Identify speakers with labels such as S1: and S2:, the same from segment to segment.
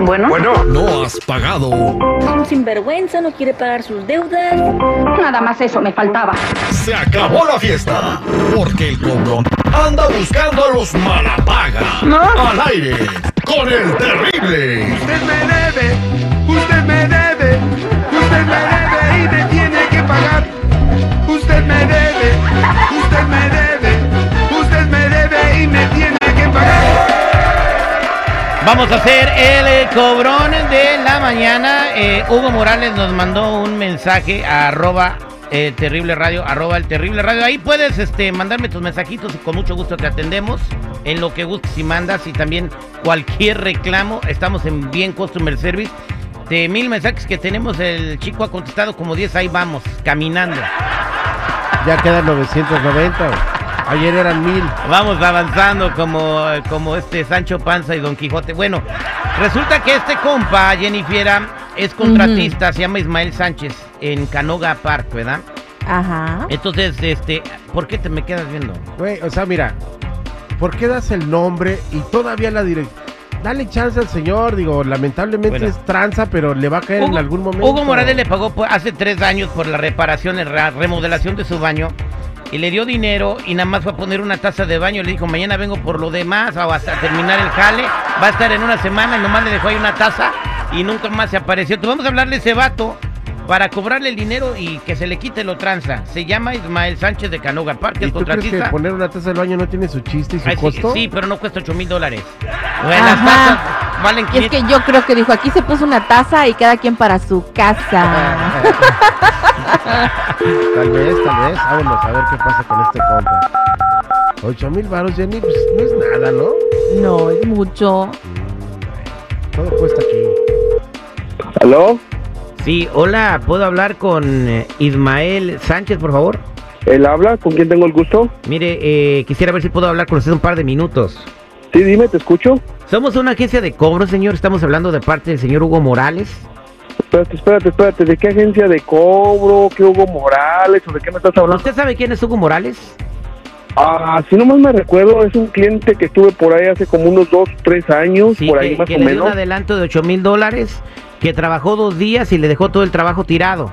S1: Bueno.
S2: Bueno.
S3: No has pagado.
S4: Un sinvergüenza no quiere pagar sus deudas.
S1: Nada más eso me faltaba.
S3: Se acabó la fiesta. Porque el cobrón anda buscando a los malapaga.
S1: ¿No?
S3: Al aire. Con el terrible.
S5: Usted me debe, usted me debe, usted me debe y me tiene que pagar. Usted me debe, usted me debe, usted me debe y me tiene que pagar.
S6: Vamos a hacer el eh, cobrón de la mañana. Eh, Hugo Morales nos mandó un mensaje a arroba eh, terrible radio, arroba el terrible radio. Ahí puedes este, mandarme tus mensajitos y con mucho gusto te atendemos. En lo que gustes y mandas y también cualquier reclamo. Estamos en Bien Customer Service. De mil mensajes que tenemos, el chico ha contestado como 10, ahí vamos, caminando.
S7: Ya quedan 990. güey. Ayer eran mil.
S6: Vamos avanzando como, como este Sancho Panza y Don Quijote. Bueno, resulta que este compa, Jennifiera, es contratista, se llama Ismael Sánchez, en Canoga Park, ¿verdad?
S4: Ajá.
S6: Entonces, este, ¿por qué te me quedas viendo?
S7: Güey, o sea, mira, ¿por qué das el nombre y todavía la dirección? Dale chance al señor, digo, lamentablemente
S6: Bueno.
S7: es tranza, pero le va a caer en algún momento.
S6: Hugo Morales le pagó por- hace tres años por la reparación, la ra- remodelación de su baño. Y le dio dinero y nada más fue a poner una taza de baño. Le dijo, mañana vengo por lo demás o hasta terminar el jale. Va a estar en una semana y nomás le dejó ahí una taza y nunca más se apareció. Entonces vamos a hablarle a ese vato para cobrarle el dinero y que se le quite lo tranza. Se llama Ismael Sánchez de Canoga Park,
S7: ¿Y
S6: el
S7: tú crees que
S6: contratista.
S7: poner una taza del baño no tiene su chiste y su
S6: Ay, sí,
S7: costo?
S6: sí, pero no cuesta 8 mil dólares. Bueno, las tazas
S4: Ajá.
S6: valen
S4: Y es
S6: 500
S4: que yo creo que dijo, aquí se puso una taza y cada quien para su casa.
S7: Tal vez, tal vez. Vámonos a ver qué pasa con este compa. Ocho mil varos, Jenny, pues no es nada, ¿no?
S4: No, es mucho.
S7: Todo cuesta aquí.
S8: ¿Aló?
S6: Sí, hola, ¿puedo hablar con eh, Ismael Sánchez, por favor?
S8: ¿Él habla? ¿Con quién tengo el gusto?
S6: Mire, eh, quisiera ver si puedo hablar con usted un par de minutos.
S8: Sí, dime, te escucho.
S6: Somos una agencia de cobro, señor. Estamos hablando de parte del señor Hugo Morales.
S8: Espérate, espérate, espérate. ¿De qué agencia de cobro? ¿Qué Hugo Morales? ¿O de qué me estás hablando?
S6: ¿Usted sabe quién es Hugo Morales?
S8: Ah, si nomás me recuerdo, es un cliente que estuve por ahí hace como unos dos, tres años, por ahí
S6: que,
S8: más
S6: que
S8: o
S6: le dio un
S8: menos.
S6: adelanto de 8 mil dólares, que trabajó dos días y le dejó todo el trabajo tirado.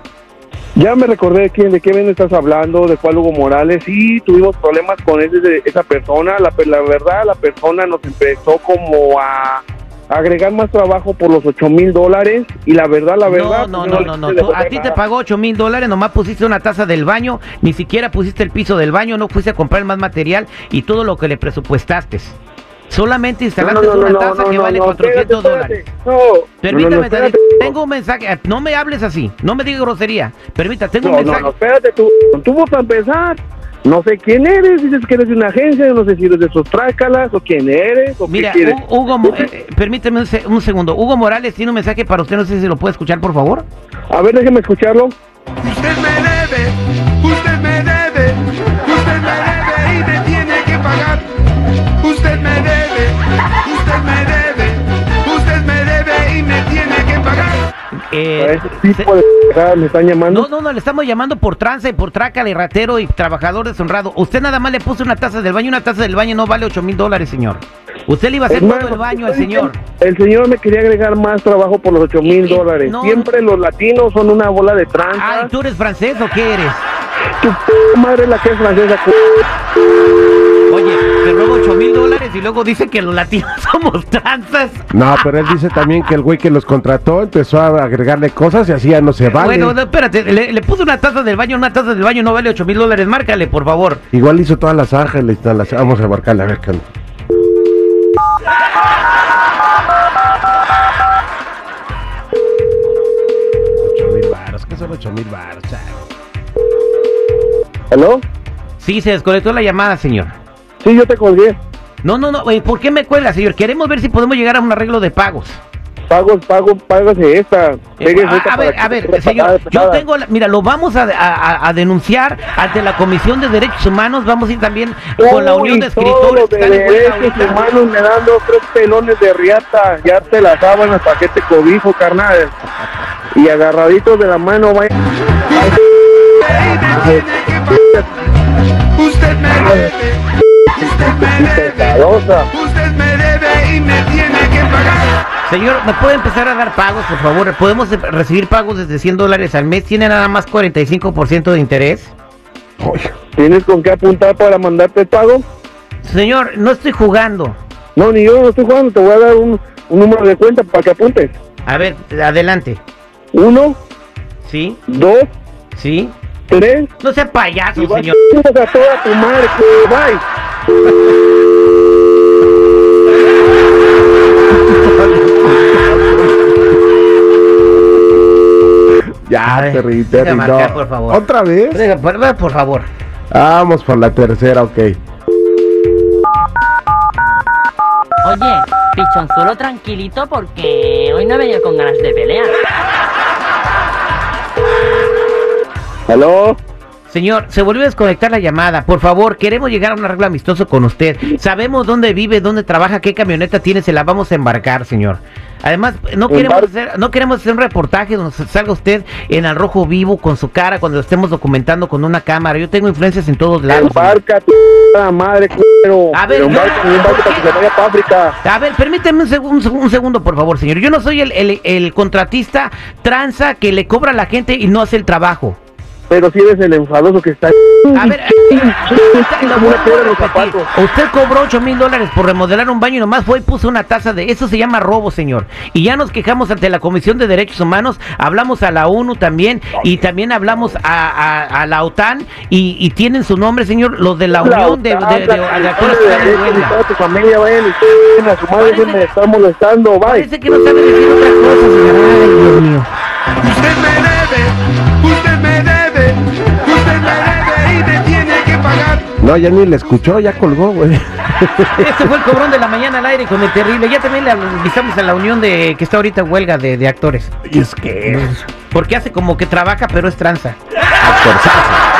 S8: Ya me recordé de quién, de qué bien estás hablando, de cuál Hugo Morales. Sí, tuvimos problemas con ese, de- esa persona. La, per- la verdad, la persona nos empezó como a agregar más trabajo por los ocho mil dólares y la verdad, la verdad...
S6: no,
S8: pues,
S6: no,
S8: le
S6: no, no,
S8: quise
S6: no. tú-
S8: devolver
S6: a ti te
S8: nada.
S6: pagó 8 mil dólares, nomás pusiste una taza del baño, ni siquiera pusiste el piso del baño, no fuiste a comprar más material y todo lo que le presupuestaste. Solamente instalaste una taza que vale 400 dólares. Permítame,
S8: Permítame,
S6: David, tengo un mensaje. eh, No me hables así, no me digas grosería. Permítame, tengo
S8: No,
S6: un
S8: no,
S6: mensaje.
S8: no, espérate tú. Tú vas a empezar. No sé quién eres, dices que eres de una agencia, no sé si eres de esos trácalas o quién eres o
S6: Mira,
S8: qué quieres.
S6: Hu- Hugo, Mo- eh, permíteme un, se- un segundo. Hugo Morales tiene un mensaje para usted, no sé si lo puede escuchar, por favor.
S8: A ver, déjeme escucharlo.
S5: Usted me debe, usted me debe, usted me debe y me tiene que pagar. Usted me debe, usted me debe, usted me debe y me tiene que pagar.
S6: Eh,
S8: A ese
S6: se-
S8: tipo de pendejada me están llamando.
S6: No, no, no, le estamos llamando por tranza y por trácala y ratero y trabajador deshonrado. Usted nada más le puso una taza del baño, una taza del baño no vale 8 mil dólares, señor. Usted le iba a hacer
S8: Es más,
S6: todo el baño al
S8: estoy
S6: señor.
S8: diciendo, El señor me quería agregar más trabajo por los 8
S6: Y-
S8: mil
S6: y-
S8: dólares.
S6: no,
S8: Siempre los latinos son una bola de
S6: Ay,
S8: tranza.
S6: ¿tú eres francés o qué eres?
S8: Tu p- madre es la que es francesa. c-
S6: Oye, te robo 8 mil dólares y luego dice que los latinos somos tranzas.
S7: No, pero él dice también que el güey que los contrató empezó a agregarle cosas y así ya no se vale.
S6: Bueno, no, espérate, le, le puso una taza del baño, una taza del baño no vale 8 mil dólares, márcale, por favor.
S7: Igual hizo todas las ángeles, todas las- vamos a marcarle a ver qué onda. Ocho mil varos, ¿qué son ocho mil varos? chavo?
S8: ¿Aló?
S6: Sí, se desconectó la llamada, señor.
S8: Sí, yo te colgué.
S6: No, no, no, güey, ¿por qué me cuelga, señor? Queremos ver si podemos llegar a un arreglo de pagos.
S8: Pagos, pago, págase esta.
S6: Eh,
S8: Pégase
S6: a,
S8: esta
S6: a ver,
S8: para
S6: a
S8: que te
S6: ver,
S8: quede patada
S6: señor,
S8: de
S6: yo
S8: patada.
S6: tengo, la- mira, lo vamos a, a- a denunciar ante la Comisión de Derechos Humanos, vamos a ir también con la
S8: Uy,
S6: Unión de
S8: todo
S6: Escritores. que
S8: de
S6: están en huelga
S8: derechos
S6: ahorita.
S8: humanos me dan dos, tres pelones de riata. Ya te las sábanas para que te cobijo, carnal. Y agarraditos de la mano, vaya.
S5: Y me tiene que pagar. Usted me debe, usted me debe,
S8: Pesadosa.
S5: usted me debe y me tiene que pagar.
S6: Señor, ¿me puede empezar a dar pagos, por favor? ¿Podemos eh, recibir pagos desde 100 dólares al mes? ¿Tiene nada más 45% de interés?
S8: ¿Tienes con qué apuntar para mandarte el pago?
S6: Señor, no estoy jugando.
S8: No, ni yo no estoy jugando. Te voy a dar un, un número de cuenta para que apuntes.
S6: A ver, adelante.
S8: Uno,
S6: ¿Sí?
S8: dos,
S6: ¿Sí?
S8: tres.
S6: No sea payaso,
S8: Y vas
S6: señor.
S8: a toda tu madre. que Bye.
S6: A
S7: Ya,
S6: ver,
S7: Terry,
S6: deja
S7: Ah, Terry,
S6: marcar,
S7: no.
S6: por favor.
S7: ¿Otra vez?
S6: Oiga, por- Por favor.
S7: Vamos por la tercera, ok.
S2: Oye, pichonzuelo tranquilito porque hoy no he venido con ganas de pelear.
S8: ¿Aló?
S6: Señor, se volvió a desconectar la llamada. Por favor, queremos llegar a un arreglo amistoso con usted. Sabemos dónde vive, dónde trabaja, qué camioneta tiene, se la vamos a embarcar, señor. Además, no queremos
S8: Embar-
S6: hacer, no queremos hacer un reportaje donde se- salga usted en al rojo vivo con su cara cuando lo estemos documentando con una cámara. Yo tengo influencias en todos lados. señor.
S8: Embarca tu madre, culero.
S6: A ver,
S8: embarca,
S6: yo-
S8: embarca para que se vaya para África.
S6: A ver, permíteme un, seg- un seg- un segundo, por favor, señor. Yo no soy el, el- el contratista tranza que le cobra a la gente y no hace el trabajo.
S8: Pero si eres el enfadoso que está.
S6: A ver, lo
S8: como una piedra en
S6: vuelvo
S8: los
S6: a repetir.
S8: zapatos.
S6: usted cobró 8 mil dólares por remodelar un baño y nomás fue y puso una taza de... Eso se llama robo, señor. Y ya nos quejamos ante la Comisión de Derechos Humanos, hablamos a la ONU también y también hablamos a, a- a la OTAN y, y tienen su nombre, señor, los de la Unión de, de, de- de- de Actores que están en
S8: Y
S6: huelga.
S8: toda tu familia, vayan y chinguen a su madre,
S6: Parece-
S8: me está molestando. Bye.
S6: Parece que no sabe decir otra cosa, señor. Ay, Dios mío.
S5: Usted me debe, usted me debe, usted me debe y me tiene que pagar.
S7: No, ya ni le escuchó, ya colgó, güey.
S6: Este fue el cobrón de la mañana al aire con el terrible. Ya también le avisamos a la unión de que está ahorita en huelga de, de actores.
S7: Y es que es
S6: Porque hace como que trabaja, pero es tranza.
S7: actorzazo.